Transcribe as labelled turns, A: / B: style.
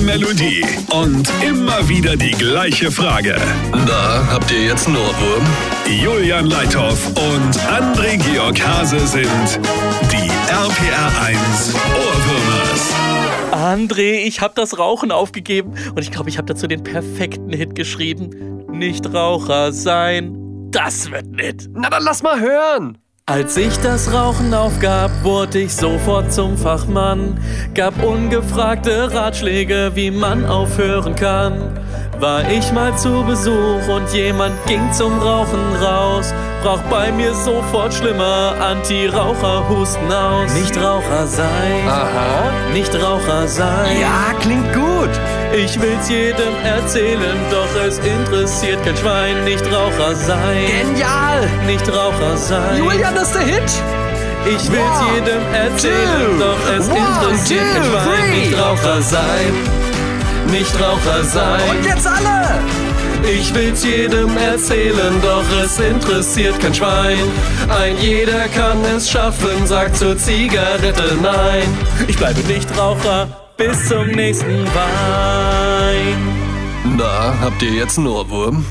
A: Melodie und immer wieder die gleiche Frage.
B: Na, habt ihr jetzt einen Ohrwurm?
A: Julian Leithoff und André Georg Hase sind die RPR1 Ohrwürmers.
C: André, ich hab das Rauchen aufgegeben und ich glaube, ich hab dazu den perfekten Hit geschrieben. Nicht Raucher sein, das wird nett.
D: Na dann lass mal hören.
C: Als ich das Rauchen aufgab, wurde ich sofort zum Fachmann. Gab ungefragte Ratschläge, wie man aufhören kann. War ich mal zu Besuch und jemand ging zum Rauchen raus, brach bei mir sofort schlimmer Anti-Raucher-Husten aus. Ah. Nicht Raucher sein,
D: Aha.
C: nicht Raucher sein.
D: Ja, klingt gut.
C: Ich will's jedem erzählen, doch es interessiert kein Schwein. Nicht Raucher sein,
D: Genial.
C: nicht Raucher sein.
D: Julian, das ist der Hit.
C: Ich will's
D: One,
C: jedem erzählen,
D: two,
C: doch es
D: one,
C: interessiert
D: two,
C: kein Schwein.
D: three.
C: Nicht Raucher sein, nicht Raucher
D: Und
C: sein.
D: jetzt alle.
C: Ich will's jedem erzählen, doch es interessiert kein Schwein. Ein jeder kann es schaffen, sagt zur Zigarette nein. Ich bleibe nicht Raucher bis zum nächsten Wein.
B: Na, habt ihr jetzt einen Ohrwurm?